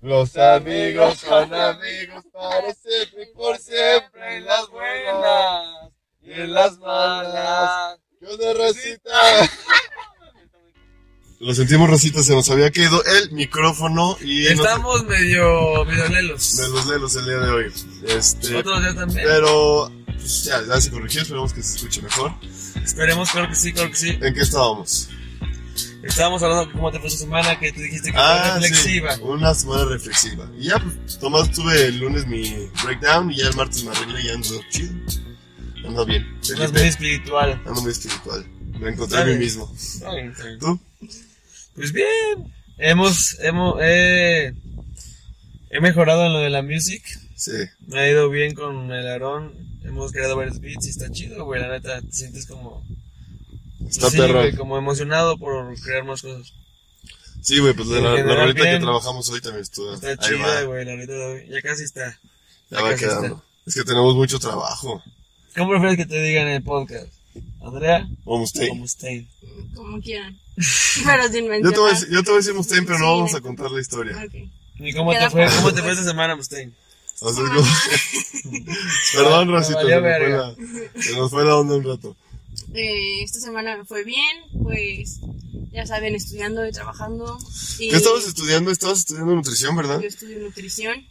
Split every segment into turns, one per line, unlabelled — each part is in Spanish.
Los amigos son amigos para siempre y por siempre en las buenas y en las malas. ¿Qué onda, Rosita? Lo sentimos, Rosita, se nos había caído el micrófono y nos-
Estamos medio, medio lelos.
me los lelos el día de hoy. Este,
Otro día también.
pero pues, ya, ya se corrigió, esperemos que se escuche mejor.
Esperemos, claro que sí, claro que sí.
¿En qué estábamos?
Estábamos hablando de cómo te fue esta semana, que te dijiste que
Ah,
fue reflexiva.
sí, una semana reflexiva. Y ya, pues, nomás tuve el lunes mi breakdown y ya el martes me arreglé y ya ando chido. Ando bien.
Estás
Felipe,
muy espiritual.
Ando muy espiritual. Me encontré a mí
Dale.
mismo. ¿Tú?
Pues bien, hemos, hemos, eh, he mejorado en lo de la music.
Sí.
Me ha ido bien con el Aarón. Hemos creado varios beats y está chido, güey. La neta, te sientes como,
Está
sí,
perro.
güey, como emocionado por crear más cosas.
Sí, güey, pues la,
En
la,
general,
rolita que
bien.
trabajamos hoy también estuvo.
Está
ahí
chida,
va,
güey, la neta. Ya casi está.
ya va
Acá sí está.
quedando. Es que tenemos mucho trabajo.
¿Cómo prefieres que te digan en el podcast? ¿Andrea
O
o
Mustaine.
Mustaine?
Como quieran. Pero sin mencionar.
Yo te, voy a decir, yo te voy a decir Mustaine, pero no
Sí,
vamos
me-
a contar la historia.
Ok.
¿Y cómo te
Queda
fue,
poco,
cómo te fue esta semana, Mustaine?
O sea, como- Perdón,
Me
Rosita, se nos, fue
valió verga.
la, se nos fue la onda un rato.
Eh, esta semana me fue bien, pues ya saben, estudiando y trabajando. Y
¿Qué estabas estudiando? Estabas estudiando nutrición, ¿verdad?
Yo estudio nutrición,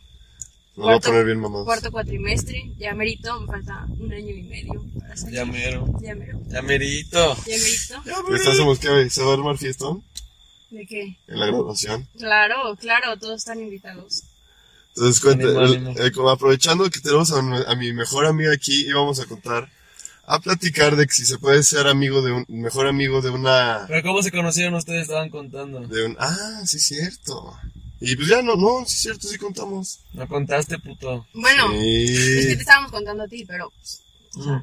Nos va a
cuarto-
poner bien mamados.
cuarto cuatrimestre, ya merito, me falta un año y medio para salir.
Ya mero.
Ya mero,
Ya merito.
ya merito.
¿Estás en qué? ¿Se va a armar fiestón?
¿De qué?
En la graduación.
Claro, claro, todos están invitados.
Entonces, cuenta,
Ánimo,
el-
ánimo.
eh, como aprovechando que tenemos a, mi- a mi mejor amiga aquí, íbamos a contar, a platicar de que si se puede ser amigo de un, mejor amigo de una,
Pero ¿cómo se conocieron ustedes? Estaban contando.
de un, ah, sí es cierto. Y pues ya no, no, sí es cierto, sí contamos.
No contaste, puto.
Bueno, es que
Sí.
te estábamos contando a ti, pero. pues, o, sea,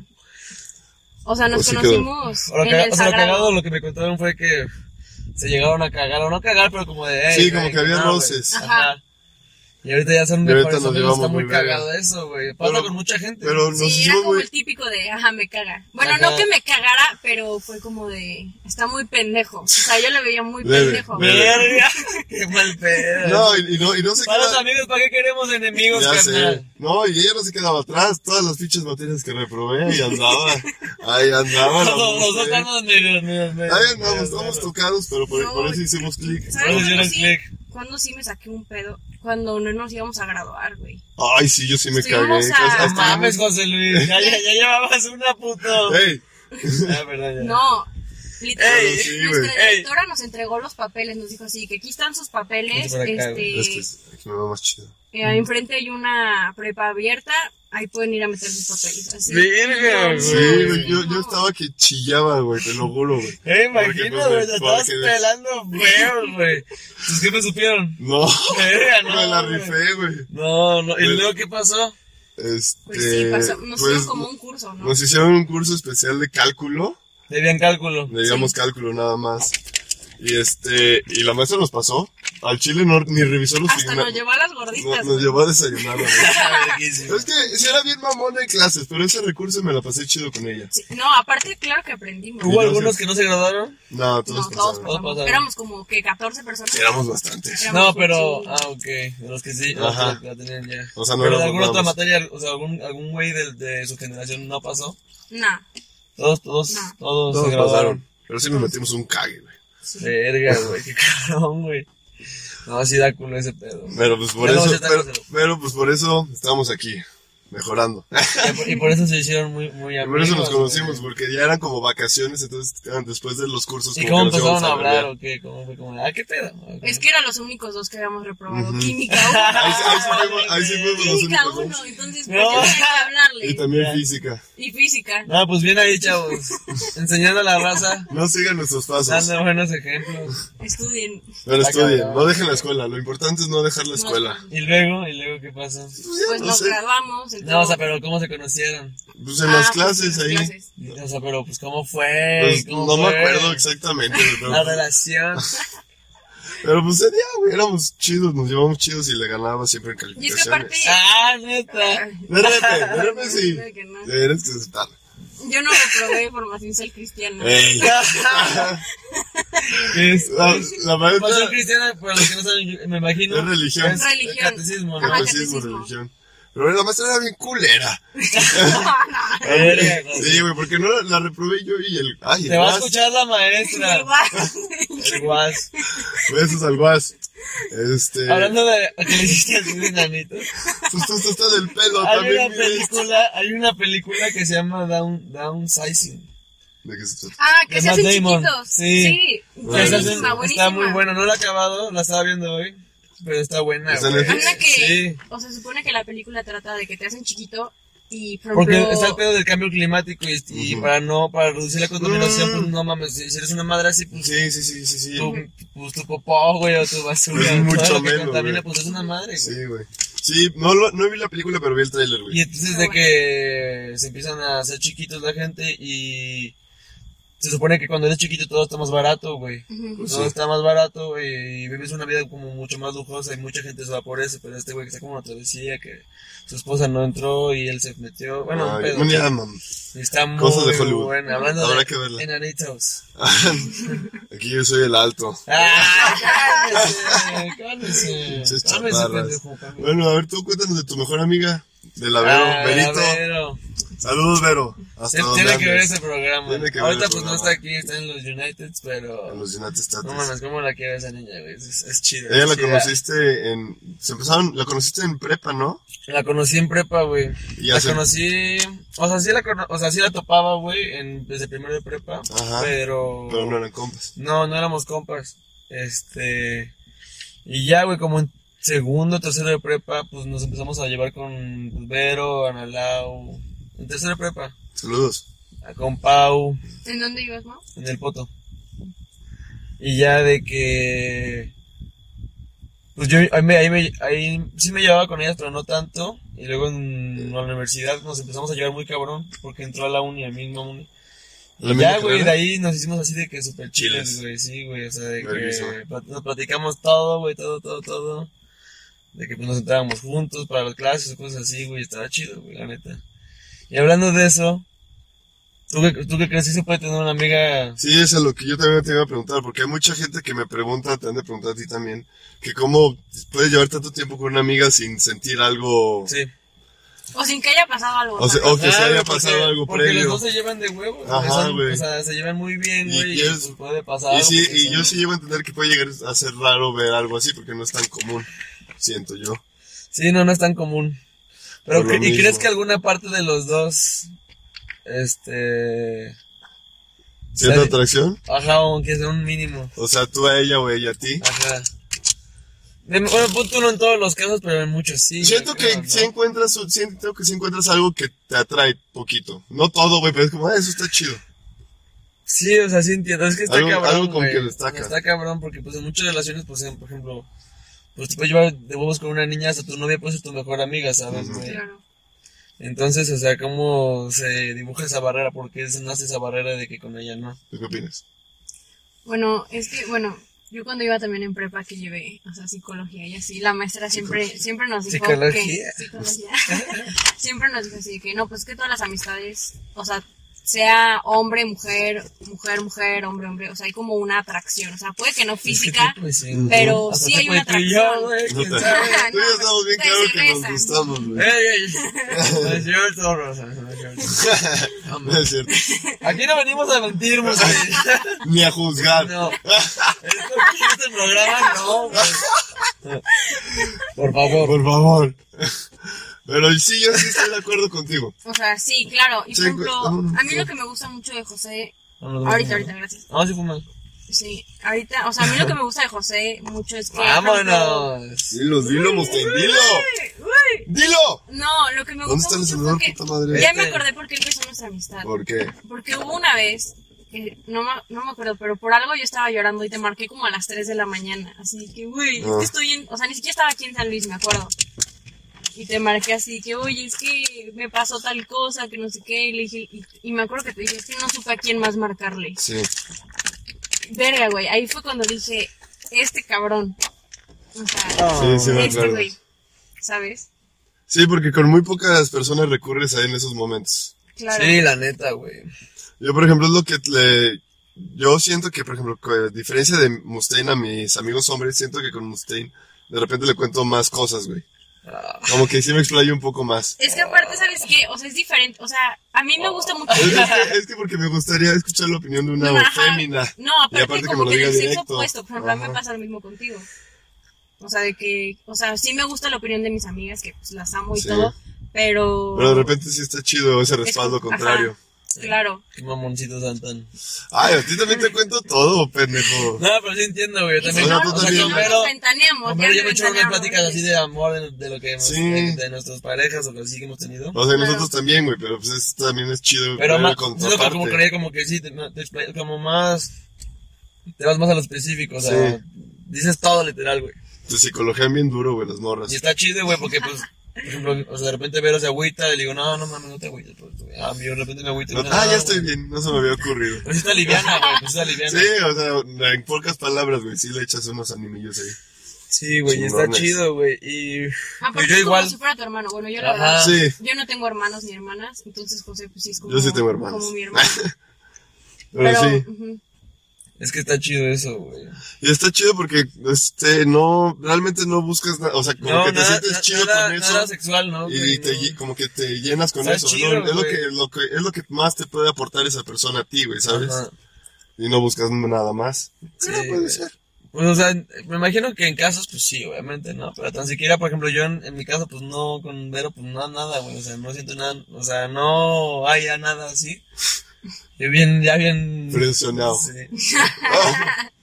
o sea, nos
Pues sí quedó.
conocimos
O lo,
en
caga-
el
o sea, lo
sagrado.
cagado, lo que me contaron fue que se llegaron a cagar, o no cagar, pero como de... "Ey,
Sí, como
güey,
que había
no, güey".
roces.
Ajá. Y ahorita ya
Y
son
ahorita
mejores
nos
amigos,
llevamos
está muy
muy verga.
cagado eso, güey. Pasa
Pero-
con mucha gente.
Pero nos
Sí, era
hicimos
como
muy,
el típico de, ajá, me caga. Bueno,
Ajá.
no que me cagara, pero fue como de, está muy pendejo. O sea, yo lo veía muy
Leve,
pendejo.
leve.
Verga, qué mal pedo.
no, y, y no, y no se
Para los
queda,
amigos, ¿para qué queremos enemigos,
ya
carnal?
sé. No, y ella no se quedaba atrás, todas las fichas materias que reprobé, y andaba, ahí andaba la
Los dos
mujer.
estamos medio, medio, medio.
Ahí andamos,
medio
estamos
raros.
tocados, pero por,
No,
por eso hicimos clic.
¿Sabes
Vamos a
cuándo
hacer
sí?
clic.
cuándo sí me saqué un pedo? Cuando no nos íbamos a graduar, güey.
Ay, sí, yo sí me cagué.
Estuvimos a-
casi-
No
hasta-
mames, José Luis. Ya, ya, ya llevabas una puto.
Ey,
Ah, perdón, ya.
No,
Ey,
literalmente.
sí,
nuestra
güey. Ey.
directora nos entregó los papeles, nos dijo así, que aquí están sus papeles,
Vente para acá, güey.
este,
es que es- aquí me va más chido.
eh, enfrente hay una prepa abierta, ahí pueden ir a meter sus papeles. Así.
Virga, güey.
Sí, güey, yo, yo estaba que chillaba, güey, te lo juro, güey.
Eh,
Porque,
imagino,
pues,
güey,
me-
te estabas
porque-
pelando feo, güey. ¿Tus jefes supieron?
No,
Verga, no.
me la
güey.
rifé, güey.
No, no. ¿Y
Pues-
luego qué pasó?
Este,
Pues sí, pasó. Nos
pues,
hicieron como un curso, ¿no?
nos hicieron un curso especial de cálculo,
Debían cálculo.
digamos cálculo nada más. Y este, y la maestra nos pasó. Al chile no, ni revisó los
Hasta
signa-
nos llevó a las
no-
gorditas.
nos llevó a desayunar, güey.
Ah, Verguísimo.
Es que sí era bien mamona en clases, pero ese recurso me la pasé chido con ella.
Sí, No, aparte, claro que aprendimos.
¿Hubo
Y
algunos
entonces-
que no se graduaron?
No, todos
No, todos
pasaron.
Todos
pasamos.
pasaron.
Éramos como que 14 personas.
Sí, éramos bastantes.
Éramos
No,
un
pero.
chingo.
Ah, ok. De los que sí.
Ajá.
Ajá. La tenían ya.
O sea, no
Pero
éramos
de alguna otra
bravos.
materia, o sea, algún, algún güey de, de su generación no pasó.
Nah,
Todos, todos,
No.
todos,
Todos
se graduaron.
pasaron. Pero sí nos metimos un cague, güey.
Verga, güey, qué cabrón, güey. No, así da culo ese pedo.
Pero pues por
Ya luego
eso,
se está
pero,
cancelado.
pero, pues por eso estamos aquí, mejorando.
Y por- Y por eso se hicieron muy, muy
Y
amigos.
por eso nos
güey.
conocimos, porque ya eran como vacaciones, entonces eran después de los cursos.
¿Y
como
cómo
que nos íbamos
empezaron a hablar
ver.
o qué? ¿Cómo fue como, ah, qué pedo? Ok.
es que eran los únicos dos que habíamos reprobado.
Ujú.
Química 1.
Ahí, sí- ahí sí fuimos- ahí sí fuimos los
Química
únicos,
1,
¿no?
entonces,
No.
¿por qué tenía que
Y
hablarle?
también física.
Y física.
No, pues bien ahí, chavos. Enseñando a la raza,
No sigan nuestros pasos.
dando buenos ejemplos.
Estudien.
Pero
Está
estudien,
cabrón.
no dejen la escuela. Lo importante es no dejar la escuela.
Y luego, ¿y luego qué pasa?
Pues ya,
Pues
no
nos
sé.
graduamos. Ah,
No, o sea, pero ¿cómo se conocieron?
Pues en las clases ahí.
Y, O sea, pero pues ¿cómo fue?
Pues,
¿Cómo
no me
fue?
acuerdo exactamente. pero-
La relación.
Pero pues ese día, güey, éramos chidos, nos llevamos chidos y le ganaba siempre en
Y es
calificaciones.
que aparte.
Ah, neta.
De repente, de repente sí.
Creo que no.
Tienes que aceptarlo.
Yo no reprobé formación ser cristiana.
Ey.
Es,
La, la maestra
Formación cristiana, para los Pues que no saben, me imagino.
Es religión.
es
Religión.
Catecismo, ¿no?
Ajá.
catecismo,
catecismo.
religión. Pero la maestra era bien culera.
Verga, güey.
Sí, güey, porque no la, la reprobé yo y el. Ay,
Te va a
el
escuchar la maestra.
Igual.
El guas.
Besos al guas. Este.
Hablando de que le hiciste al dinamito.
Sus tus está del pelo
Hay
también.
una
mira esto.
película, hay una película que se llama Down, Downsizing.
¿De qué se trata?
Ah, que
De
se
Matt
hacen
Damon.
chiquitos.
Sí.
Bueno,
Está-
sí,
buenísima, buenísima.
está muy buena, no la he acabado, la estaba viendo hoy, pero está buena.
¿Está en
güey.
Netflix?
Anda que,
Sí.
o sea, se supone que la película trata de que te hacen chiquito y, por
Porque
ejemplo,
está el pedo del cambio climático y, y
Ujú.
para no, para reducir la contaminación,
Mm.
pues no mames, si si eres una madre así, pues,
Sí, sí, sí, sí, sí.
tu, pues, tu popó, güey, o tu basura,
Es mucho
todo lo que
menos,
contamina,
güey.
pues es una madre, güey.
Sí, güey. Sí, no, lo- no vi la película, pero vi el tráiler,
Y
güey.
entonces de que se empiezan a hacer chiquitos la gente y se supone que cuando eres chiquito todo está más barato, güey.
Pues
Ujú.
Todo está más barato, güey, y vives una vida como mucho más lujosa y mucha gente se va por eso, pero este güey que está como una travesía, que su esposa no entró y él se metió, bueno, un
Ay,
pedo.
un día, mam.
Y está muy
Cosas de Hollywood.
buena, hablando
Habrá
de
que verla.
enanitos.
Aquí yo soy el alto.
¡Ah, cálmese, cálmese,
Pinches
cálmese,
chaparras.
pendejo, cálmese.
Bueno, a ver, tú cuéntanos de tu mejor amiga, de la Vero,
Ah,
Verito.
Vero.
Saludos, Vero.
Sí,
Hasta donde
tiene que ver
andes.
ese programa.
Tiene que ver
Ahorita
el
pues no
programa.
está aquí, está en los Uniteds, pero...
En los United States.
No mames, ¿cómo la quiero a esa niña, güey? Es, es chida.
Ella
es
la
chida.
conociste en. Se empezaron. La conociste en prepa, ¿no?
La conocí en prepa, güey.
Y
La
hace-
conocí... O sea, sí la, cono- o sea, sí la topaba, güey, en- desde primero de prepa.
Ajá.
Pero...
Pero no eran compas.
No, no éramos compas. Este. Y ya, güey, como en segundo, tercero de prepa, pues nos empezamos a llevar con pues, Vero, Analao. En tercero de prepa,
Saludos.
con Pau,
¿En dónde ibas, no?
en el Poto. Y ya de que. Pues yo ahí, me- ahí me- ahí sí me llevaba con ellas, pero no tanto. Y luego en la universidad nos empezamos a llevar muy cabrón, porque entró a la uni, a la misma uni.
¿La
Y
misma
ya, güey,
carrera?
de ahí nos hicimos así de que super
Chiles.
chiles, güey, sí, güey, o sea, de que
Verguísima.
plat- nos platicamos todo, güey, todo, todo, todo. De que pues nos sentábamos juntos para las clases o cosas así, güey, estaba chido, güey, la neta. Y hablando de eso, ¿tú qué, tú qué crees? ¿Sí se puede tener una amiga?
Sí, eso es lo que yo también te iba a preguntar, porque hay mucha gente que me pregunta, te han de preguntar a ti también, que cómo puedes llevar tanto tiempo con una amiga sin sentir algo,
Sí.
O sin que haya pasado algo.
o, se-
¿no?
o que se
Claro,
haya
porque-
pasado algo
porque los
previo.
dos se llevan de huevo, güey,
Ajá,
son-
güey.
o sea, se llevan muy bien,
Y-
güey,
y
y,
es-
pues, puede pasar
Y
algo,
sí,
porque
y
son-
yo sí llevo a entender que puede llegar a ser raro ver algo así, porque no es tan común, siento yo.
Sí, no, no es tan común. Pero,
Por lo
cre- ¿y
mismo.
crees que alguna parte de los dos, este,
¿Siento
Sí.
atracción?
ajá, aunque sea un mínimo,
O sea, tú a ella o ella a ti.
ajá. De- bueno, punto uno en todos los casos, pero en muchos sí. yo
Siento que
creo, ¿no?
si encuentras, siento que si encuentras algo que te atrae poquito. No todo, güey, pero es como, ah, eso está chido.
Sí, o sea, sí entiendo. Es que está
Algo-
cabrón.
algo con
güey.
que destaca.
Está cabrón porque, pues, en muchas relaciones, pues, en- por ejemplo, pues te puedes llevar de huevos con una niña hasta tu novia, puede ser tu mejor amiga, ¿sabes, güey?
Claro.
Entonces, o sea, ¿cómo se dibuja esa barrera? Porque se nace esa barrera de que con ella no.
¿Tú qué opinas?
Bueno, es que, bueno, yo cuando iba también en prepa que llevé, o sea, psicología y así, la maestra siempre, siempre nos dijo
Psicología.
que... Psicología. siempre nos dijo así, que no, pues que todas las amistades, o sea, sea hombre, mujer, mujer, mujer, hombre, hombre, o sea, hay como una atracción, o sea, puede que no física,
Es que tú, pues, sí.
pero
Hasta
sí
se
hay una
puede tú y yo,
atracción.
güey,
No te- Tú
quién sabe.
ya estamos bien claros
ustedes se
que nos
besan.
gustamos, güey.
Ey, ey. No es cierto, Rosa, no es cierto.
No es cierto.
Aquí no venimos a mentirnos, güey.
Ni a juzgar.
No. Esto aquí, este programa, no, güey. Por favor.
Por favor. Pero sí, yo sí estoy de acuerdo contigo.
O sea, sí, claro. Y
Sí, pues,
por ejemplo,
güey.
a mí lo que me gusta mucho de José,
Vamos,
ahorita, ahorita, gracias.
Vamos a fumar.
Sí, ahorita, o sea, a mí lo que me gusta de José mucho es que. por ejemplo,
Vámonos.
Dilo, dilo, Mustang, dilo.
¡Uy!
¡Dilo!
No, lo que me
¿Dónde
gusta
está el
mucho
encendedor,
fue que.
puta madre?
Ya me acordé por qué empezó nuestra amistad.
¿Por qué?
Porque hubo una vez, que no, me- no me acuerdo, pero por algo yo estaba llorando y te marqué como a las 3 de la mañana. Así que, güey, es
Ah.
que estoy en. O sea, ni siquiera estaba aquí en San Luis, me acuerdo. Y te marqué así que, oye, es que me pasó tal cosa, que no sé qué. Y le dije, y, y me acuerdo que te dije, es que no supe a quién más marcarle.
Sí.
Verga, güey. Ahí fue cuando dije, este cabrón. O sea,
Sí, sí, me
este
acuerdo.
güey. ¿Sabes?
Sí, porque con muy pocas personas recurres ahí en esos momentos.
Claro.
Sí, la neta, güey.
Yo, por ejemplo, es lo que le... Yo siento que, por ejemplo, que a diferencia de Mustaine a mis amigos hombres, siento que con Mustaine de repente le cuento más cosas, güey.
Ah,
Como que sí me explayo un poco más.
Es que aparte, ¿sabes qué? O sea, es diferente. O sea, a mí me gusta mucho.
Es que, es que porque me gustaría escuchar la opinión de una
Ajá.
fémina.
No,
Y
aparte,
aparte que me
como
lo
que
diga
del sexo
directo.
opuesto. Por ejemplo, a mí
Ajá.
me pasa lo mismo contigo. O sea, de que. O sea, sí me gusta la opinión de mis amigas, que pues las amo y
Sí.
todo. Pero.
Pero de repente sí está chido ese
es
respaldo
como-
contrario.
Ajá, Claro.
qué mamoncitos andan.
Ay, a ti también te cuento todo, pendejo.
No, pero sí entiendo, güey. Yo
Y
también.
si
Oiga,
no,
tú
o sea,
también.
no
Homero-
nos ventaneamos.
Homero,
ya
yo
me
me chulo que
ventanearon,
pláticas así de amor, de, de lo que hemos,
Sí.
de, de nuestras parejas o lo así que hemos tenido.
O sea,
Claro.
nosotros también, güey, pero pues es- también es chido
Pero
ver
más, siento que
contraparte.
como creer como que sí, te, te explayas como más, te vas más a lo específico, o sea,
Sí.
dices todo literal, güey.
Te psicologean bien duro, güey, las morras.
Y está chido, güey, porque pues, por ejemplo, o sea, de repente Vero se agüita y le digo, no, no mames, no te agüites, pues, güey. Ah, yo de repente me agüito. y
No-
no,
ah,
no,
ya estoy
güey.
bien, no se me había ocurrido.
Pero sí está liviana, güey, pues sí está liviana.
Sí, o sea, en pocas palabras, güey, sí le echas unos animillos ahí.
Sí, güey, y está
Chingones.
chido, güey, y
Aparte,
pues yo
es como
igual,
si fuera tu hermano. Bueno, yo la
Ajá.
verdad.
Sí,
Yo no tengo hermanos ni hermanas, entonces José, pues sí es como.
Yo sí tengo hermanos.
Como mi hermano.
pero sí.
ujú.
es que está chido eso, güey.
Y está chido porque, este, no, realmente no buscas nada, o sea, como que te sientes
na-
chido
nada-
con eso.
Nada sexual, ¿no?
Y
Güey,
te,
no.
lle- como que te llenas con
Está
eso.
chido,
¿no? es, lo
güey.
que, lo que, es lo que más te puede aportar esa persona a ti, güey, ¿sabes?
Ajá.
Y no buscas nada más.
Sí,
Pero puede
güey.
ser.
Pues, o sea, me imagino que en casos, pues sí, obviamente, ¿no? Pero tan siquiera, por ejemplo, yo en, en mi caso, pues no, con Vero, pues no, nada, güey. O sea, no siento nada, o sea, no hay ya nada así. Yo bien, ya bien...
Presionado.
Sí.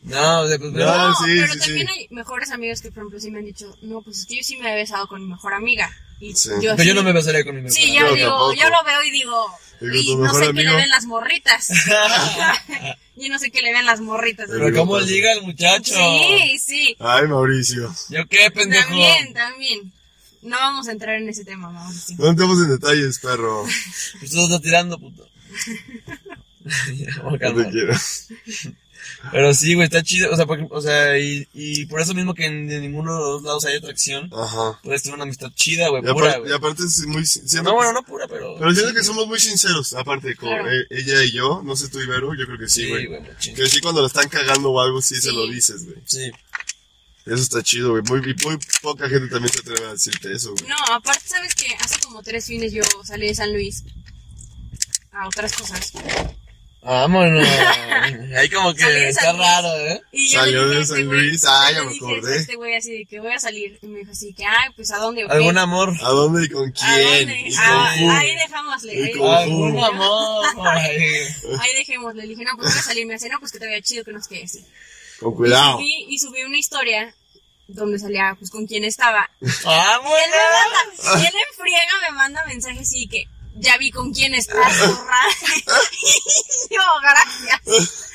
No, o sea, pues Vero...
Ah,
No,
sí,
pero
sí,
también
sí.
hay mejores amigos que, por ejemplo, sí me han dicho, no, pues es que yo sí me he besado con mi mejor amiga. Y
Sí.
yo,
Pero yo
sí-
no me besaría con mi mejor
Sí,
amigo.
yo
Yo
digo,
tampoco.
yo lo veo y digo,
Y con
y
tu
no
mejor
sé qué
amigo".
le ven las morritas. yo no sé qué le ven las morritas.
Pero cómo liga el muchacho.
Sí, sí.
Ay, Mauricio.
Yo qué, pendejo.
También, también. No vamos a entrar en ese tema, Mauricio.
No entremos en detalles, perro.
Pues tú estás tirando, puto. Ya, voy a
No te
calmar.
quiero.
Pero sí, güey, está chido. O sea, por- o sea y, y por eso mismo que en, de ninguno de los dos lados hay atracción.
Ajá.
Puedes tener una amistad chida, güey,
Y, apar-
pura, güey.
y aparte es muy... sin- siento-
No, bueno, no pura, pero.
Pero siento que somos muy sinceros, aparte, con
Claro.
e- ella y yo, no sé tú, Ibero, yo creo que sí, güey.
machín.
que sí cuando la están cagando o algo, sí, se
Sí.
lo dices, güey.
Sí.
Eso está chido, güey. Muy, y muy poca gente también se atreve a decirte eso, güey.
No, aparte, ¿sabes que Hace como tres fines yo salí de San Luis a otras cosas.
Vámonos. Ahí como
Salí
que
de
está
San Luis.
raro, ¿eh?
Y yo
Salió
le dije
de
a este
San
güey-
Luis. Ah,
yo
ya
le
me
dije a
acordé.
Este güey así de que voy a salir. Y me dijo así que, ay, pues a dónde, o qué?
¿Algún amor?
¿A dónde y con
¿A
quién?
dónde?
¿Y
Ah,
con
ahí
quién?
dejámosle.
Y
ahí-
con-
¿Algún amor? por ahí.
Ahí dejémosle. Le dije, no, pues voy a salir. Me dice, no, pues que te vea chido, que nos quedes. Y
Con cuidado.
subí, y subí una historia donde salía, pues con quién estaba. Y él
¡Vámonos!
me manda, y él en friega me manda mensajes así que ya vi con quién estás, zorra. y yo, gracias.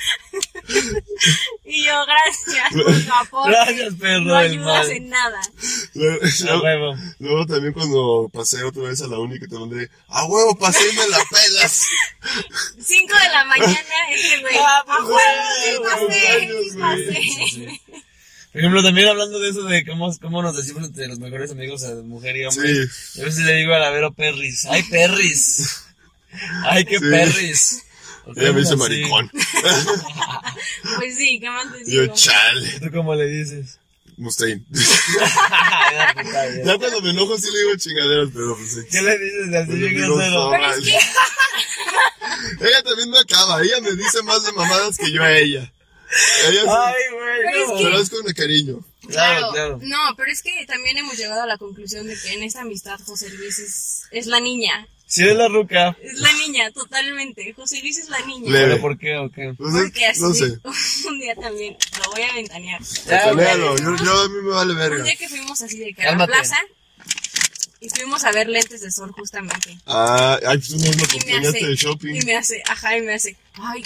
y yo, gracias por tu aporte.
Gracias, perro
No
del
ayudas
mal.
en nada.
A
Ah,
huevo.
Luego también cuando pasé otra vez a la uni que te mandé, a huevo, pasé y me la pelas.
Cinco de la mañana, este güey.
Ah, pues,
a huevo, sí pasé,
güey,
Ah, sí
cumpleaños,
pasé.
Por ejemplo, también hablando de eso de cómo, cómo nos decimos entre los mejores amigos, o sea, mujer y hombre. Yo a veces le digo a la Vero Perris. ¡Ay, Perris! ¡Ay, qué
Sí.
Perris! O
Ella me
cosas
dice
así.
maricón.
Pues sí, ¿qué más te
Y yo,
digo?
chale.
¿Tú cómo le dices?
Mustaine.
Ah, la puta, ya.
ya cuando me enojo sí le digo chingaderas, pero pues sí.
¿Qué le dices así
Pues le
bien
digo,
grosero?
"Zorra". Ella también me acaba, ella me dice más de mamadas que yo a ella. Ella sí,
Ay, güey.
Pero es
no.
pero es con el cariño.
Claro, claro.
No, pero es que también hemos llegado a la conclusión de que en esta amistad José Luis es, es la niña.
Si eres la ruca,
Es la niña, totalmente. José Luis es la niña.
Le-
¿pero por qué o qué?
Entonces,
Porque así
no sé.
un día también lo voy a ventanear.
Ya, güey.
Pelealo, yo, yo a mí me vale
Un
verga.
día que fuimos así de que a la
Cálmate.
plaza y fuimos a ver lentes de sol justamente.
Ah, ay, pues tú no lo
Y me hace,
acompañaste de shopping.
y me hace, ajá, y me hace, ay,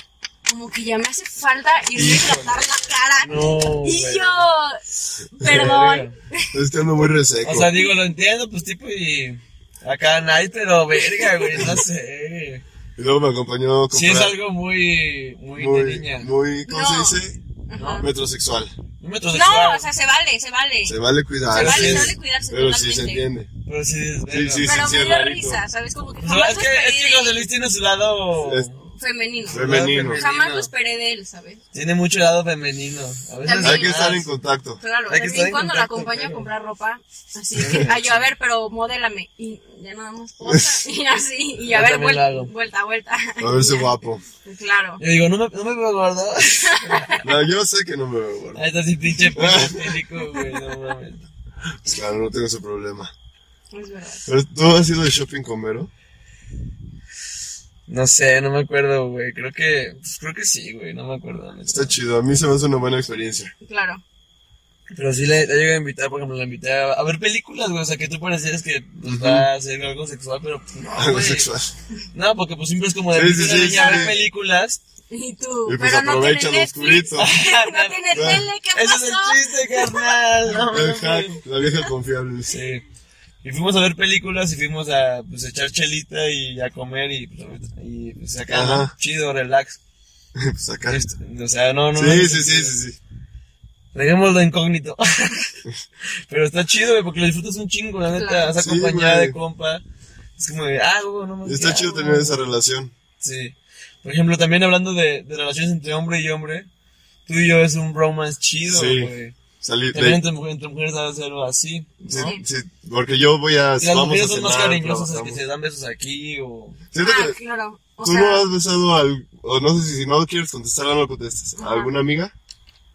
como que ya me hace falta irme a
Híjole.
tratar la cara.
No,
y
güey.
yo, perdón.
Es que ando muy reseco.
O sea, digo, lo entiendo, pues tipo y... Acá nadie, pero verga, güey, no sé.
y luego me acompañó a comprar.
Sí es algo muy... Muy,
muy,
de niña.
muy, ¿cómo
No.
se dice?
Ajá.
Metrosexual.
Un
No,
metrosexual.
o sea, se vale, se vale.
Se vale cuidar.
Se vale,
sí
se
es-
vale cuidarse
Pero sí
totalmente.
se entiende.
Pero sí, es
Sí, sí,
Pero
sí,
me
es
dio
rarito.
risa, ¿sabes? Como que
O sea,
jamás
es
lo
que, es que
esperé
José
de él.
Luis tiene su lado.
Es-
Femenino.
Femenino.
Jamás lo esperé de él, ¿sabes?
Tiene mucho lado femenino. A veces
También.
Hay que
más.
estar en contacto.
Claro,
Hay que estar
también
en
cuando la
contacto,
acompaño a
claro.
comprar ropa, así que, ay, yo, a ver, pero modélame, y ya nada más, posa, y así, y a
Yo
ver,
también lo
vuelta,
hago.
vuelta, vuelta.
A verse guapo.
Claro.
Yo digo, no me, no me veo gordo.
No, yo sé que no me veo gordo.
Ahí está así pinche pedotélico, güey, no mames.
Pues Claro, no tengo ese problema.
Es verdad.
Pero tú has ido de shopping con Vero.
No sé, no me acuerdo, güey. Creo que, pues, creo que sí, güey, no me acuerdo. la neta.
Está chido. A mí se me hace una buena experiencia.
Claro.
Pero sí le, le llegué a invitar, por ejemplo, la invité a, a ver películas, güey. O sea, que tú parecías que pues, va a hacer algo sexual, pero pues, no,
Algo
güey.
sexual.
No, porque pues siempre es como de
Sí, sí,
"Mira,
sí,
niña, a
sí,
ver
sí.
películas.
Y tú,
Y pues
pero no tiene
aprovecha lo
Netflix,
oscurito.
no tiene tele, ¿qué
Ese es el
pasó?
chiste, carnal. No,
El
mames.
hack, la vieja confiable.
Sí. Y fuimos a ver películas y fuimos a pues, echar chelita y a comer y, pues, y pues, acá, ¿no?
Ajá.
chido, relax.
Pues acá.
Este, O sea, no, no. no,
Sí, sí, sí, sí, sí.
Dejémoslo incógnito. Pero está chido, güey, porque lo disfrutas un chingo, la neta.
Claro.
Vas
Sí,
acompañada
güey.
de compa. Es como de, ah, güey, no más.
Está chido tener esa relación.
Sí. Por ejemplo, también hablando de, de relaciones entre hombre y hombre, tú y yo es un romance chido,
Sí.
güey.
Salir.
También
de-
entre, mujer- entre mujeres debe ser algo así. ¿no?
Sí, sí, porque yo voy a.
Y las
vamos a
mujeres son más
cenar,
cariñosas, es que
trabajamos.
se dan besos aquí o.
Siento
Ah,
que
claro. O
tú no
sea,
has besado al. O no sé si, si no quieres contestar, no lo contestes. ¿A
Ajá.
alguna amiga?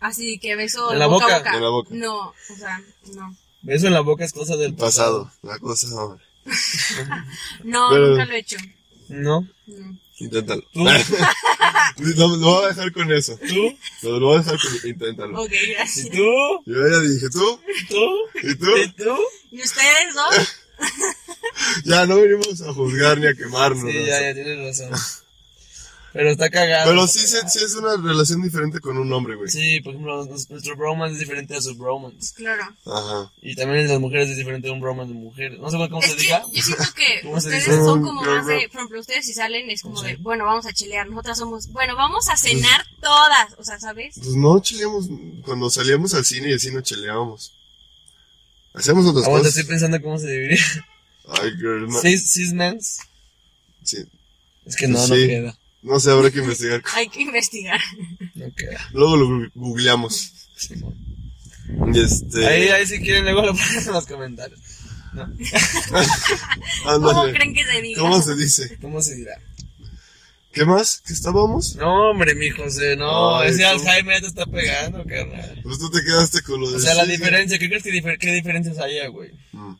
así que beso
En la
boca,
boca.
a boca.
En la boca.
No, o sea, no.
Beso en la boca es cosa del
Pasado. La cosa, hombre.
No,
Pero-
nunca lo he hecho.
¿No?
No.
Inténtalo.
¿Tú?
lo, lo voy a dejar con eso.
¿Tú?
Lo, lo voy a dejar con. Inténtalo.
Ok, gracias.
¿Y tú?
Yo ya dije, ¿tú?
¿Tú?
¿Y tú?
¿Y tú?
¿Y ustedes dos?
Ya no venimos a juzgar ni a quemarnos.
Sí,
¿no?
ya, ya tienes razón. Pero está cagado.
Pero sí, se- sí es una relación diferente con un hombre, güey.
Sí, por ejemplo, nos- nuestro bromance es diferente a su bromance.
Claro.
Ajá.
Y también el de las mujeres es diferente a un bromance de mujeres. No sé cómo
Es
se
que
diga.
yo siento que
¿Cómo se
ustedes
dice?
son como
Mm,
más de,
claro.
por ejemplo, ustedes si salen es como
Sí.
de, bueno, vamos a chilear, nosotras somos, bueno, vamos a cenar todas, o sea, ¿sabes?
Pues no cheleamos. Cuando salíamos al cine y así no cheleábamos. Hacíamos otras
Aguanta,
cosas.
estoy pensando cómo se dividiría.
Ay, girl, ma-
¿Cis, cis mens?
sí.
Es que no, no
Sí.
queda.
No sé, habrá que investigar.
Hay que investigar.
No queda.
Luego lo gu- googleamos.
Simón.
Y Este.
Ahí, ahí si quieren, luego lo ponen en los comentarios. ¿No?
ándale.
¿Cómo creen que se diga?
¿Cómo se dice?
¿Cómo se dirá?
¿Qué más? ¿Qué estábamos?
No, hombre, mi José, no.
Ay,
ese
tú.
Alzheimer ya te está pegando, carnal.
Pues tú te quedaste con lo de.
O sea, la
cine.
diferencia, ¿qué crees que difer- qué diferencias hay, güey?
Mm.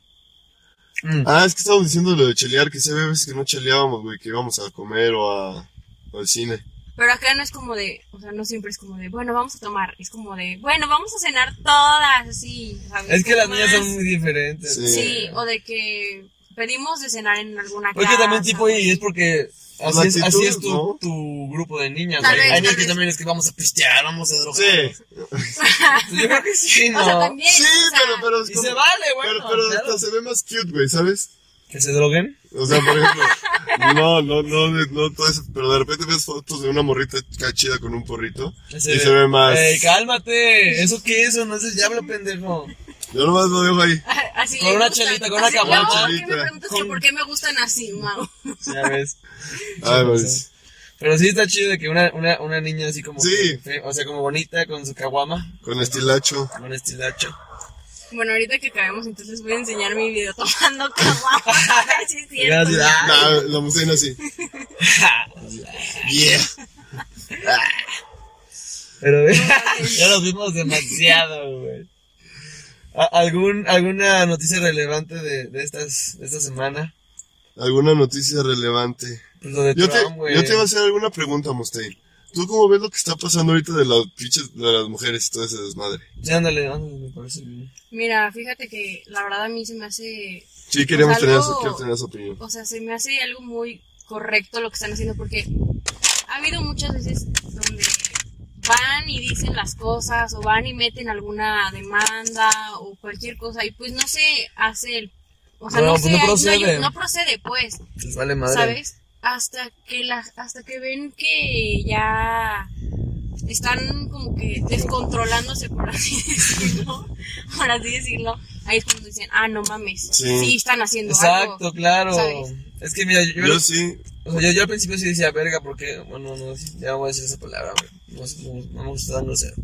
Mm.
Ah, es que estábamos diciendo lo de chelear, que se había veces que no cheleábamos, güey, que íbamos a comer o a o al cine.
Pero acá no es como de, o sea, no siempre es como de, bueno, vamos a tomar, es como de, bueno, vamos a cenar todas, así, ¿sabes?
Es que
Como
las niñas
más-
son muy diferentes.
Sí.
Sí, o de que pedimos de cenar en alguna
Pues
casa.
que también tipo, y es porque así es, así es tu,
¿no?
tu grupo de niñas.
Tal
güey.
vez,
Hay niñas
tal
que
vez.
también es que vamos a pistear, vamos a drogar. Pues Yo creo que sí, ¿no?
O sea, también,
Sí,
o sea,
pero, pero es
Y
como-
se vale, bueno.
pero, pero
claro.
hasta se ve más cute, güey, ¿sabes?
Que se droguen.
O sea, por ejemplo, no, no, no, no, todo eso, pero de repente ves fotos de una morrita cachida con un porrito
que
y se ve más.
Ey, cálmate. ¿Eso qué es? Eso no es el diablo, pendejo.
Yo nomás lo dejo ahí.
Así
Con
me
una
gustan.
chelita, con una
Así, no,
caguacha.
¿por qué me preguntas que
Con-
por qué me gustan así, Mau?
Ya ves.
Ay, pues.
Pero sí está chido de que una, una, una niña así como.
Sí.
que fe- o sea, como bonita, con su caguama,
Con estilacho.
con estilacho.
Bueno, ahorita que acabemos, entonces voy a enseñar mi video tomando caguama. A ver si es
Y ah, van a
cierto.
decir, "Ah,
Nah, la musina así. Yeah.
Pero ya nos vimos demasiado, güey. A- ¿Algún, ¿Alguna noticia relevante de, de, estas, de esta semana?
¿Alguna noticia relevante?
Pues lo de
Yo te,
Trump, güey.
yo te iba a hacer alguna pregunta, Mustaine. ¿Tú cómo ves lo que está pasando ahorita de las pinches- de las mujeres y todo ese desmadre?
Sí, ándale, ándale, me parece bien.
Mira, fíjate que la verdad a mí se me hace.
Sí, queríamos
Pues
tener,
algo-
su, quiero tener su opinión.
O sea, se me hace algo muy correcto lo que están haciendo porque ha habido muchas veces donde van y dicen las cosas o van y meten alguna demanda o cualquier cosa y pues no se hace el. O sea,
No,
no,
pues
se-
no
hay- hay-
procede.
no procede, pues.
Les vale madre.
¿sabes? Hasta que la, hasta que ven que ya están como que descontrolándose, por así decirlo, por así decirlo, ahí es cuando dicen, ah, no mames,
Sí.
sí, están haciendo
Exacto,
algo.
claro.
¿sabes?
Es que mira, yo, yo-
Yo sí.
o sea, yo- yo al principio sí decía, verga, porque, bueno, no, sí, ya no voy a decir esa palabra, güey. No, sé, no- no me gusta tan grosero.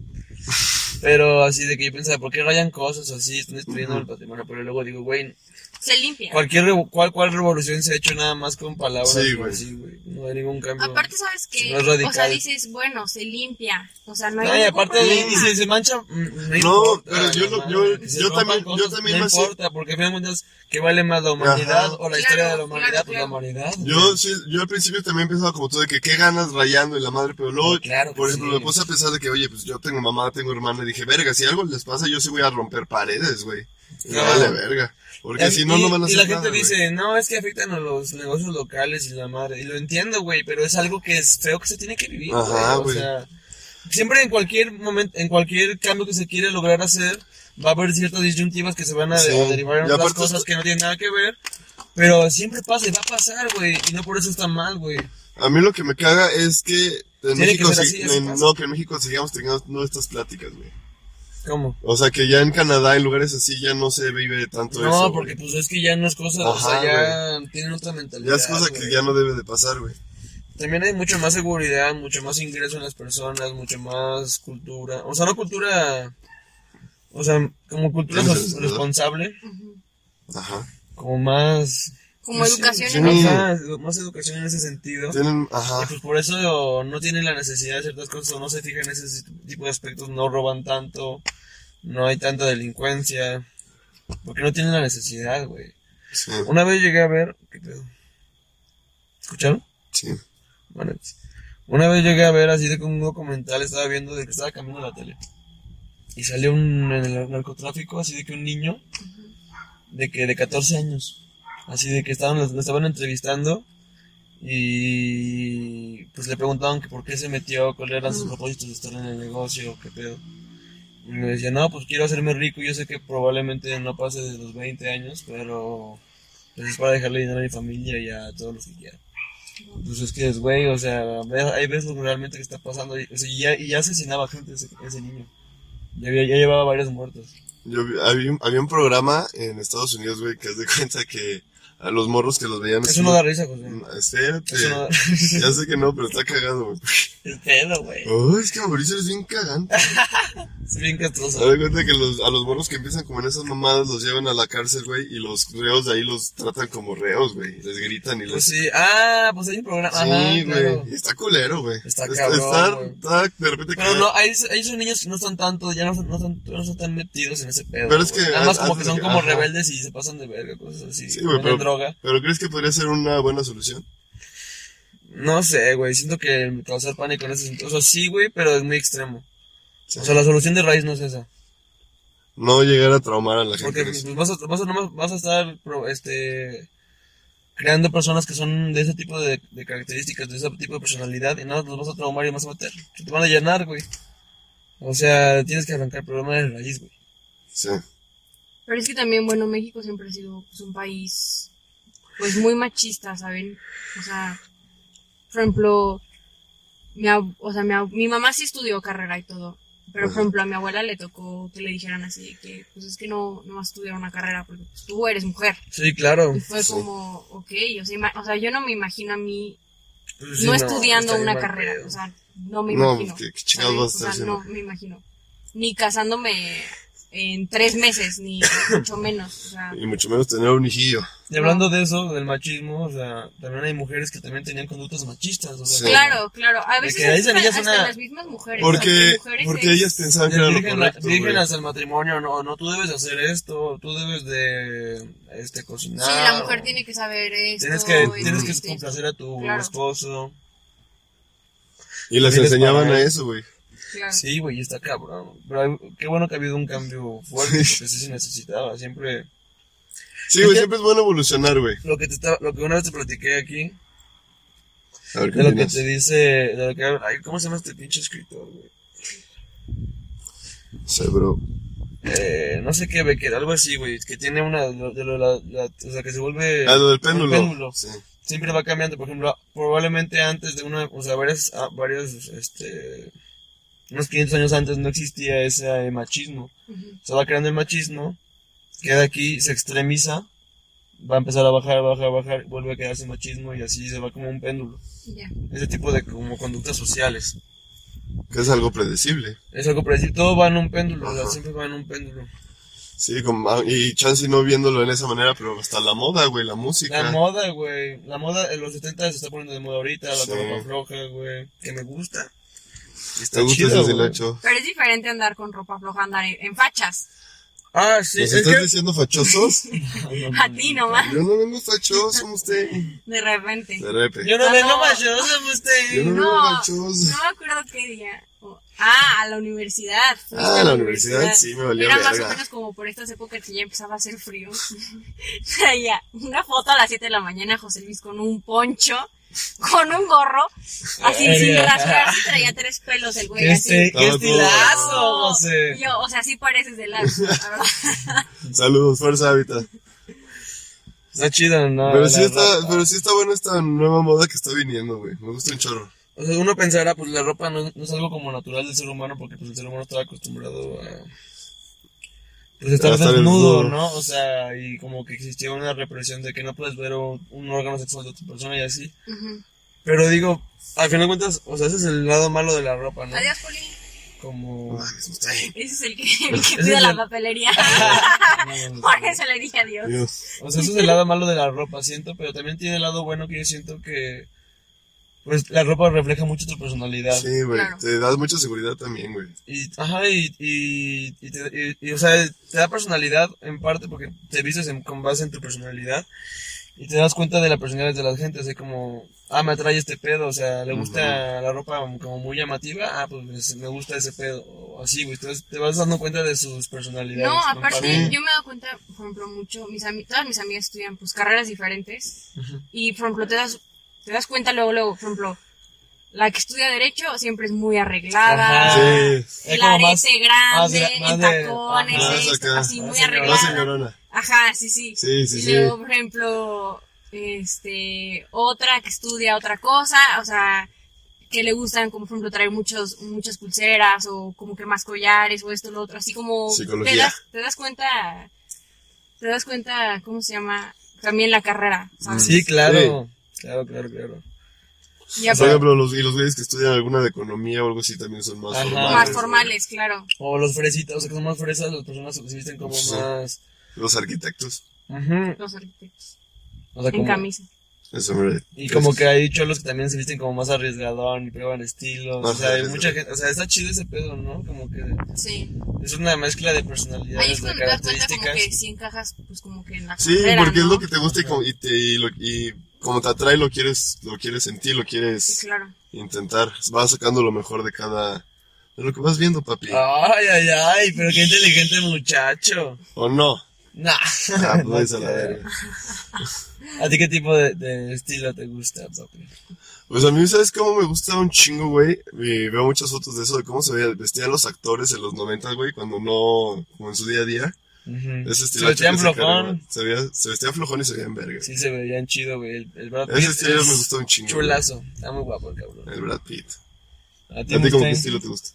Pero así de que yo pensaba, ¿por qué rayan cosas así? Están destruyendo el patrimonio. Pero luego digo, güey,
Se limpia.
cualquier revo- cual, cual revolución se ha hecho nada más con palabras.
Sí,
Sí,
güey.
güey. Sí, güey. No hay ningún cambio.
Aparte, ¿sabes qué?
No es
o sea,
radical.
dices, bueno, se limpia. O sea, no hay
No, y
ningún
aparte,
problema.
y si se mancha, mm, no, importa,
pero yo lo-
no
yo-
mames, que se
yo
rompan
también- yo
cosas,
también
No
me sé-
importa, porque al final de cuentas, ¿qué vale más la humanidad
Ajá.
o la historia de
Claro,
la humanidad?
claro,
Pues la
claro.
humanidad.
Yo, sí, yo al principio también pensaba como tú de que qué ganas rayando y la madre, pero luego,
Claro que
por ejemplo,
sí.
me puse a pensar de que, oye, pues yo tengo mamá, tengo hermana, y dije, verga, si algo les pasa, yo sí voy a romper paredes, güey. Me
Claro.
vale verga. Porque
Y-
si no, no van a
y
hacer
la gente
nada, güey.
dice, no, es que afectan a los negocios locales y la madre. Y lo entiendo, güey, pero es algo que es feo que se tiene que vivir.
Ajá,
güey.
güey.
O sea, siempre en cualquier momento, en cualquier cambio que se quiere lograr hacer, va a haber ciertas disyuntivas que se van a,
Sí.
a derivar
Y
en otras
aparte-
cosas que no tienen nada que ver. Pero siempre pasa y va a pasar, güey. Y no por eso está mal, güey.
A mí lo que me caga es que en
Tiene que
México,
ser
sí-
así, así
en-
pasa.
no, que en México sigamos teniendo estas pláticas, güey.
¿Cómo?
O sea, que ya en Canadá, en lugares así, ya no se vive tanto
No,
eso. güey.
porque pues es que ya no es cosa, o
Ajá,
sea, ya tienen otra mentalidad.
Ya es cosa que
güey.
ya no debe de pasar, güey.
También hay mucho más seguridad, mucho más ingreso en las personas, mucho más cultura. O sea, no cultura. O sea, como cultura
Sí,
res-
sí, sí.
responsable,
Ujú.
Ajá.
como más.
Como
no sé,
educación
sí.
en el-
ajá, edu- más educación en ese sentido.
Tienen,
Y,
ajá.
pues por eso no tienen la necesidad de ciertas cosas, o no se fijan en ese tipo de aspectos, no roban tanto, no hay tanta delincuencia. Porque no tienen la necesidad, güey.
Sí,
Una vez llegué a ver. ¿Qué pedo? ¿Escucharon?
sí.
Bueno, pues, una vez llegué a ver así de como un documental, estaba viendo de que estaba caminando la tele. Y salió un en el narcotráfico, así de que un niño de que de 14 años, así de que estaban lo estaban entrevistando y pues le preguntaban que por qué se metió, cuáles eran sus propósitos de estar en el negocio, qué pedo. Y me decía, "No, pues quiero hacerme rico, yo sé que probablemente no pase de los 20 años, pero pues es para dejarle dinero a mi familia y a todos los que quieran." Pues es que es güey, o sea, ve- ahí ves lo realmente que está pasando. Y, o sea, y ya, y ya asesinaba gente ese, ese niño. Ya, había- ya llevaba varios muertos.
Yo vi- había, un- había un programa en Estados Unidos, güey, que haz de cuenta que a los morros que los veían así-
Eso no da risa, José.
Mm, Espérate.
Eso no da
Ya sé que no, pero está cagado, güey.
Es pedo, güey.
Oh, es que Mauricio es bien cagante.
Es bien
Haz
castroso.
de cuenta que los, a los morros que empiezan como en esas mamadas los llevan a la cárcel, güey, y los reos de ahí los tratan como reos, güey. Les gritan y
Pues
les...
sí, ah, pues hay un programa. Ajá,
Sí, güey.
claro.
Y Está culero, güey.
Está
Es-
cabrón,
está-
güey.
está de repente
Pero no, ahí, es- ahí esos niños que no están tanto, ya no, están- no, están, no están tan metidos en ese pedo.
Pero es
güey.
que
Nada más
an-
como que
antes
son
de que-
como
ajá.
rebeldes y se pasan de verga, cosas así.
Sí, güey,
Venden
pero,
droga.
pero ¿crees que podría ser una buena solución?
No sé, güey. Siento que causar pánico en ese sentido. O sea, sí, güey, pero es muy extremo. O sea, la solución de raíz no es esa.
No llegar a traumar a la gente.
Porque
con
pues,
eso.
vas, a, vas, a, nomás- vas a estar pro- este, creando personas que son de ese tipo de, de características, de ese tipo de personalidad, y nada, los vas a traumar y vas a matar. Se te van a llenar, güey. O sea, tienes que arrancar el problema de raíz, güey.
Sí.
Pero es que también, bueno, México siempre ha sido pues, un país pues muy machista, ¿saben? O sea, por ejemplo, mi, ab- o sea, mi, ab- mi mamá sí estudió carrera y todo. Pero, por
Ajá.
ejemplo, a mi abuela le tocó que le dijeran así, que pues es que no, no vas a estudiar una carrera porque pues, tú eres mujer.
Sí, claro.
Y fue
Sí.
como, ok, o sea, ima- o sea, yo no me imagino a mí
Pues, sí,
no estudiando
está bien
una
mal
carrera,
pedo.
o sea, no me
No,
imagino.
pues, ¿qué- qué chingados
¿sabes?
vas a estar
O sea, no
haciendo?
me imagino. Ni casándome en tres meses, ni mucho menos. O sea,
Y mucho menos tener un hijillo.
y hablando de eso, del machismo, o sea, también hay mujeres que también tenían conductas machistas. O sea,
Sí.
claro, claro. A
De
veces
que dicen,
hasta,
ella es
hasta
una-
las mismas mujeres.
Porque,
las mujeres
porque
es-
ellas pensaban que era lo
Virgen,
correcto,
virgen
güey.
hasta el matrimonio, no, no, tú debes hacer esto, tú debes de este, cocinar.
Sí, la mujer
o-
tiene que saber esto. este,
Tienes que,
esto,
tienes
esto,
que
esto.
complacer a tu
Claro.
esposo.
Y las
Diles
enseñaban
para
a
él.
eso, güey.
Claro.
Sí, güey, está cabrón. Pero hay- qué bueno que ha habido un cambio fuerte, porque sí se necesitaba. Siempre.
Sí, güey,
que-
siempre es bueno evolucionar, güey.
Lo que, te estaba- lo que una vez te platiqué aquí,
A ver qué
de lo que
opinas.
te dice. De lo que, ay, ¿Cómo se llama este pinche escritor, güey?
Sí, bro.
Eh, no sé qué, Becker, algo así, güey. Que tiene una. lo- de lo- la- la- o sea, que se vuelve.
Ah, lo del
el
péndulo. Sí.
Siempre va cambiando. Por ejemplo, probablemente antes de una. O sea, varias. ah, varios. Este. unos 500 años antes no existía ese eh, machismo.
Ujú.
Se va creando el machismo, queda aquí, se extremiza, va a empezar a bajar, bajar, bajar, vuelve a quedarse machismo y así se va como un péndulo.
Ya.
Ese tipo de como conductas sociales.
Que es algo predecible.
Es algo para decir, todo va en un péndulo, o sea,
Ajá.
siempre va en un péndulo.
Sí, como- ah, y chance y no viéndolo en esa manera, pero hasta la moda, güey, la música.
La moda, güey. La moda en los 70 se está poniendo de moda ahorita, la
Sí.
ropa floja, güey. Que me gusta. Y Está
¿Te gusta
chido,
ese
güey.
silacho?
Pero es diferente andar con ropa floja, andar en, en fachas.
Ah, sí,
¿Nos
es
estás
que...
diciendo fachosos?
A
Mm,
ti nomás,
Yo no vengo fachoso, usted.
de repente.
De repe.
Yo no
Ah,
veo no
no.
más, yo soy
Yo no
usted.
vengo
No.
fachoso.
No me acuerdo qué día. O- ah, a la universidad. Fuiste
Ah,
a
la universidad, sí, me valía
Era más
verga.
o menos como por estas épocas que ya empezaba a hacer frío. Traía una foto a las 7 de la mañana, José Luis, con un poncho, con un gorro, así sin
Verga.
rasgarse, traía tres pelos el güey,
Qué, este,
así.
qué
No,
estilazo,
No.
José.
Yo, o sea, sí pareces de lado, la verdad.
Saludos, fuerza hábitat.
Está chido, ¿no?
Pero
La
sí está,
ropa.
pero sí está buena esta nueva moda que está viniendo, güey. Me gusta un chorro.
O sea, uno pensará, pues la ropa no, no es algo como natural del ser humano, porque pues el ser humano está acostumbrado a... Pues estar
A estar
desnudo,
desnudo.
¿no? O sea, y como que existía una represión de que no puedes ver un, un órgano sexual de otra persona y así.
Ujú.
Pero digo, al final de cuentas, o sea, ese es el lado malo de la ropa, ¿no?
Adiós, Poli.
Como...
Mames, me Ah, está ahí.
Ese es el que, el que cuida la papelería.
no,
Por eso le dije adiós.
Dios.
O sea, eso es el lado malo de la ropa, siento, pero también tiene el lado bueno que yo siento que... Pues la ropa refleja mucho tu personalidad.
Sí, güey.
Claro.
Te das mucha seguridad también, güey.
Y, ajá, y, y, y te, y- y, o sea, te da personalidad en parte porque te vistes en- con base en tu personalidad y te das cuenta de la personalidad de la gente, así como, ah, me atrae este pedo, o sea, le gusta la ropa como muy llamativa, ah, pues es- me gusta ese pedo, o así, güey, entonces te vas dando cuenta de sus personalidades.
No,
¿no?
aparte,
También.
yo me he dado cuenta, por ejemplo, mucho, mis ami- todas mis amigas estudian pues carreras diferentes
Ujú.
y, por ejemplo, te das, te das cuenta luego, luego, por ejemplo, la que estudia Derecho siempre es muy arreglada,
Ajá.
Sí.
Es
el
como
arete
más- más
grande,
de- más
en
de-
tacones,
ajá.
Más
esto,
acá.
así,
Más
muy
Más
señora.
arreglada.
señorona.
Ajá, sí, sí.
Sí, sí,
y
sí.
luego, por ejemplo, este, otra que estudia otra cosa, o sea, que le gustan, como por ejemplo, traer muchos, muchas pulseras o como que más collares o esto, lo otro, así como
Psicología.
Te, das, te das cuenta, te das cuenta, ¿cómo se llama? También la carrera, ¿sabes?
Sí, claro, claro, claro, claro.
Y
Por
aparte,
ejemplo, los, y los güeyes que estudian alguna de economía o algo así también son más
Ajá.
formales.
más
güey.
formales, claro.
O los fresitas, o sea, que son más fresas, las personas se visten como
Sí.
más...
Los arquitectos.
Ujú.
Los arquitectos.
O sea,
en
como-
camisa.
Eso, hombre.
Y como que hay cholos que también se visten como más arriesgadón y prueban estilos.
Ajá,
o sea, hay
sí,
mucha
sí.
gente. O sea, está chido ese pedo, ¿no? Como que
Sí.
es una mezcla de
Ahí es
personalidades, de
cuando te das cuenta como
características.
que si encajas, pues como que en la
Sí,
carrera,
porque es
¿no?
lo que te gusta y, como- y, te, y, lo- y como te atrae lo quieres, lo quieres sentir, lo
Sí,
quieres
claro.
intentar. Vas sacando lo mejor de cada... De lo que vas viendo, papi.
Ay, ay, ay, pero qué inteligente muchacho.
¿O no?
Nah.
Ah,
No
pues, a la
creo.
verga.
¿A ti qué tipo de, de estilo te gusta, papi?
Pues a mí, ¿sabes cómo me gusta un chingo, güey? Y veo muchas fotos de eso, de cómo se veía- vestían los actores en los 90, güey, cuando no... Como en su día a día.
Ujú.
Ese
Mm. Se
estilo
vestían flojón.
Se, veía- se vestían flojón y se veían verga.
Sí, se veían chido, güey. El, el Brad Pitt
Ese estilo
es
me gustó un chingo. güey.
Chulazo. Está muy guapo el cabrón.
El Brad Pitt.
¿A ti,
¿A ti como
Mustang?
qué estilo te gusta?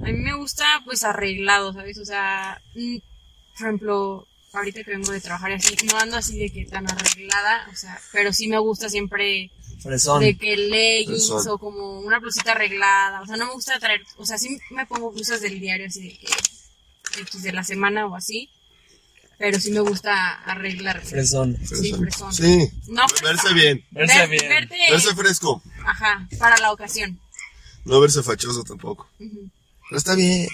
A mí me gusta, pues, arreglado, ¿sabes? O sea, mm, por ejemplo, ahorita que vengo de trabajar y así, no ando así de que tan arreglada, o sea, pero sí me gusta siempre
Fresón.
de que leggings
Eso.
o como una blusita arreglada, o sea, no me gusta traer, o sea, sí me pongo blusas del diario así de que X de la semana o así, pero sí me gusta arreglar.
Fresón.
Sí, fresón.
Sí.
No,
Verse bien.
Verse
ver-
bien.
verte,
Verse fresco.
ajá, para la ocasión.
No verse fachoso tampoco.
Ujú.
Pero está bien.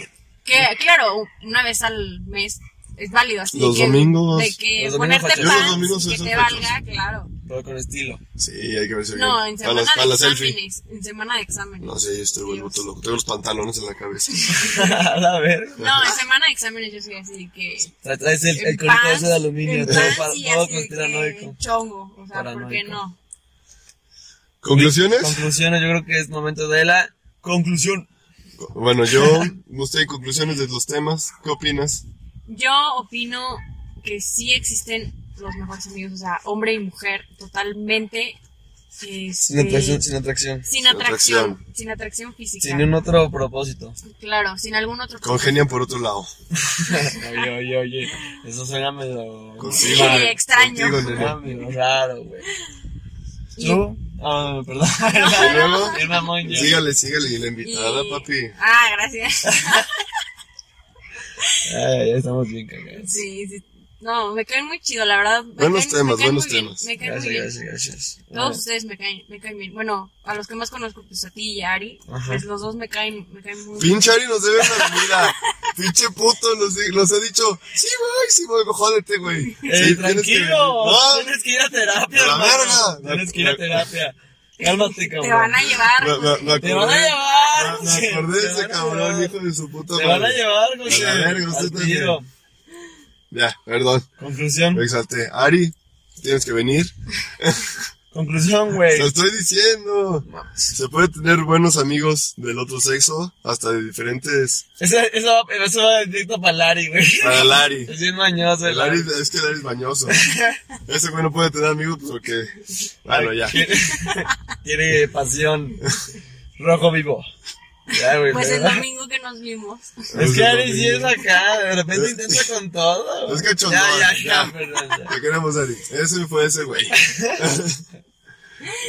Que, claro, una vez al mes es válido. Así
Los
que-
domingos.
De que
Los domingos
ponerte
fachosos.
Yo
pants
los domingos soy
que te
sospechoso.
valga, claro.
Pero con estilo.
Sí, hay que verse bien.
No, en
Para
semana
las- para
de
la selfie.
exámenes. En semana de exámenes.
No sé, yo estoy vuelto loco. Tengo los pantalones en la cabeza.
A la verga.
No, en semana de exámenes yo soy así de que...
Tra- Traes el, el
en
conito
pants,
ese de aluminio,
en
todo,
pants
pa-
y
todo
así de
conspiranoico.
que Chongo, o sea, ¿por qué
Paranoico.
no?
¿Conclusiones?
Conclusiones, yo creo que es momento de la conclusión.
Bueno, yo no estoy en conclusiones de los temas. ¿Qué opinas?
Yo opino que sí existen los mejores amigos, o sea, hombre y mujer, totalmente. este,
Sin atracción, sin atracción.
sin
Sin
atracción,
atracción.
sin atracción física.
Sin un otro propósito.
Claro, sin algún otro.
Congenian por otro lado.
Oye, oye, oye. Eso suena medio.
Consigo,
Sí,
nene.
extraño.
Contigo,
Suena
nene.
medio raro, güey.
Y-
¿Tú? Ah, perdón.
¿Y luego?
El mamón yo.
Sígale, sígale. Y la invitada,
y-
papi.
Ah, gracias.
Ay, ya estamos bien cagados.
sí, sí. No, me caen muy chido, la verdad. Me
Buenos
caen-
temas,
me caen
buenos
muy bien,
temas.
me caen muy
Gracias,
bien.
gracias, gracias.
Todos
Bueno,
ustedes me caen, me caen bien. Bueno, a los que más conozco, pues a ti y a Ari,
Ajá.
pues los dos me caen, me caen muy bien.
Pinche Ari nos debe una comida. Pinche puto nos, di- nos ha dicho, sí voy, sí voy, jódete, güey.
Ey,
Sí, tienes que-
Eh, tranquilo.
No,
Tienes que ir a terapia,
A la
hermano.
verga.
Tienes que ir a terapia. Cálmate, cabrón.
Te van a llevar.
me, me- me
José.
Te van a
acordé-
llevar.
Me,
José.
me acordé de
Te
ese
van a
cabrón,
llevar.
hijo de su puta
Te van a
madre.
llevar, José.
A la verga, usted
Al
también.
tiro.
Ya, perdón, me
Conclusión.
exalté. Ari, tienes que venir.
Conclusión, güey.
Lo estoy diciendo. Se puede tener buenos amigos del otro sexo, hasta de diferentes.
Esa- Eso va- eso va directo para Lari, güey.
Para el Ari.
Es bien mañoso,
El Ari, es que el Ari es bañoso. Ese güey no puede tener amigos pues, porque. Bueno, ya.
Quiere, quiere pasión. Rojo vivo. Ya, güey.
Pues el
¿verdad?
domingo que nos vimos.
Es que Ari sí es acá, de repente intenta con todo. güey.
Es que chondón,
Ya, ya,
ya.
ya, perdón. ya.
Te queremos, Ari. Ese fue ese güey.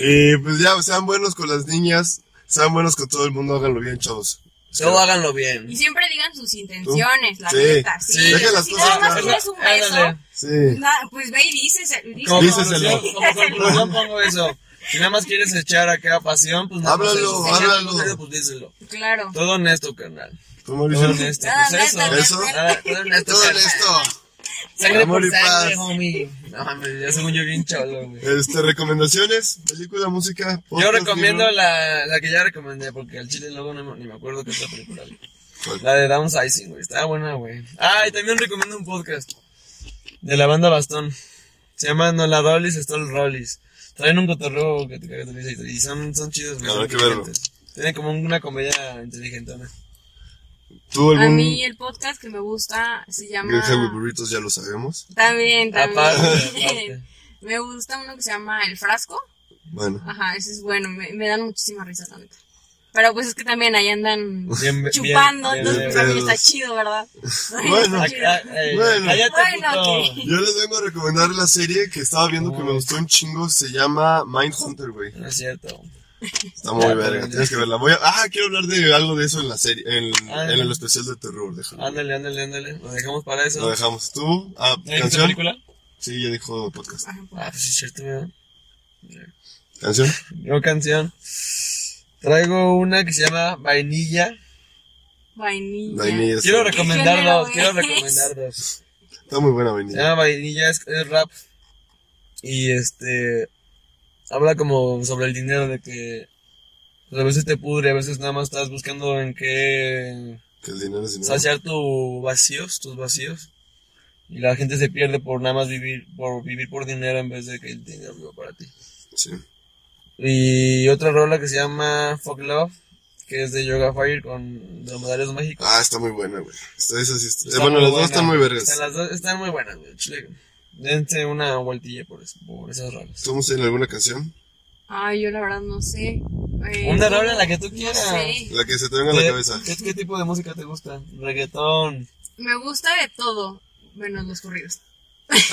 y pues ya, sean buenos con las niñas, sean buenos con todo el mundo, háganlo bien, chavos. Es que-
Todo háganlo bien.
Y siempre digan sus intenciones, la
Sí,
neta. Sí,
sí. Deja
las
si
cosas
nada más
claras.
quieres un
Ándale.
beso,
Sí.
na- pues ve y dices,
Como
Dices el
conclusión,
no.
como conclusión pongo eso. Si nada más quieres echar acá pasión, pues nada más
Háblalo,
eso. Si nada más
háblalo.
no quieres, pues díselo.
Claro.
Todo honesto, carnal.
Tú, Mauricio.
Todo honesto.
Nada,
Pues eso.
neta,
Eso.
Nada, todo honesto.
Todo
carnal.
esto.
Sangre
Amor
por
y
sangre,
paz.
homie. No mames, ya según yo bien cholo, güey.
Este, recomendaciones, película, música.
Yo
podcast,
recomiendo
libro.
la, la que ya recomendé, porque al chile luego no, me- ni me acuerdo qué es la película. güey. La de Downsizing, güey. Está buena, güey. Ah, y también recomiendo un podcast de la banda Bastón. Se llama No la Rollis, Stall Rollis. Traen un cotorreo que te cagas de risa y- y son, son chidos, güey.
Habrá
son
que verlo.
inteligentes. Tienen como una comedia inteligentona.
Tú,
A
algún.
mí el podcast que me gusta se llama...
Granja de burritos, ya lo sabemos.
También,
Ah,
también.
Aparte, aparte.
me gusta uno que se llama El Frasco.
Bueno.
Ajá, ese es bueno, me, me dan muchísima risa tanto. Pero pues es que también ahí andan
Bien, bien,
chupando,
bien,
entonces
bien.
pues, también
pedos.
está chido, ¿verdad?
Bueno,
Está
Acá,
chido.
eh,
Bueno.
cállate,
Bueno,
puto.
Yo les vengo a recomendar la serie que estaba viendo que me
Ay.
gustó un chingo. Se llama Mindhunter, güey.
No es cierto.
Está muy
Ya,
verga,
ya.
tienes que verla. Voy a- ah, quiero hablar de algo de eso en la serie, en,
Ándale.
en el especial de terror. Déjalo.
Ándale, ándale, ándale. Lo dejamos para eso.
Lo dejamos. ¿Tú? Ah,
¿Ya dijiste
canción.
película?
Sí, ya dijo podcast.
Ajá, pues,
Ah, pues sí, es cierto, ¿verdad?
¿Canción?
Yo canción. Traigo una que se llama Vainilla.
Vainilla.
Vainilla.
Quiero
sí.
recomendar dos,
¿Qué
quiero
género es?
recomendar dos.
Está muy buena
Se
vainilla.
llama Vainilla, es, es rap. Y este. Habla como sobre el dinero, de que. pues, a veces te pudre, a veces nada más estás buscando en qué.
Que el dinero es dinero.
saciar tus vacíos, tus vacíos. Y la gente se pierde por nada más vivir por, vivir por dinero en vez de que el dinero viva para ti.
Sí.
Y otra rola que se llama Fuck Love, que es de Yoga Fire con Dromedarios Mágicos.
Ah, está muy buena, güey. Está- esa sí está-
Está
Eh, bueno,
muy
las dos
buena.
están muy
Están
vergas.
las dos están muy buenas, güey. chile. Dense una vueltilla por, es- por esas rolas.
¿Estamos en alguna canción?
Ay, yo la verdad no sé. Eh,
Una rola, la que tú quieras.
No sé.
La que se te venga a la
Eh,
cabeza.
¿Qué, qué tipo de música te gusta? Reggaetón.
Me gusta de todo, menos los corridos.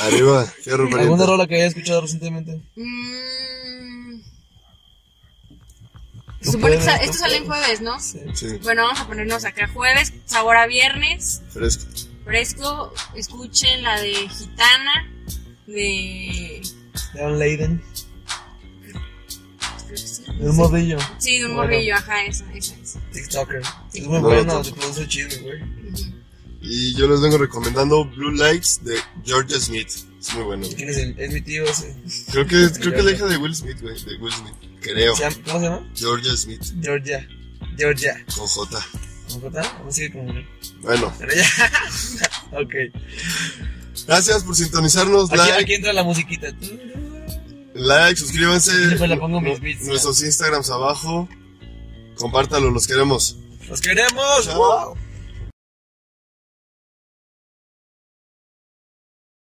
Arriba, fierro
¿Alguna
pariente.
rola que hayas escuchado recientemente?
Mm.
No
Se supone
puedes,
que sa-
no
esto sale en jueves, ¿no?
Sí.
Sí,
Bueno, vamos a ponernos acá jueves, sabor a viernes,
fresco.
fresco. Escuchen la de Gitana, de...
Leon Leiden.
creo que sí.
Un morrillo.
Sí, de un
Bueno.
morrillo, ajá, esa, esa, esa.
TikToker. Es muy
No,
bueno,
no.
se produce chido, güey.
Ujú.
Y yo les vengo recomendando Blue Lights de Georgia Smith. Es muy bueno, güey.
¿Quién es el? Es mi tío ese.
Creo que, creo que la hija de Will Smith, güey. De Will Smith. Creo.
¿Se llama- ¿Cómo se llama?
Georgia Smith
Georgia. Georgia.
con J.
¿Cómo está? Vamos a seguir con
Bueno,
Pero ya. ok.
gracias por sintonizarnos.
Aquí,
Like,
aquí entra la musiquita.
like, suscríbanse.
Siempre le pongo mis
Nu-
beats,
Nuestros Instagrams abajo. Compártalo, los queremos.
¡Los queremos!
Chao.
¡Wow!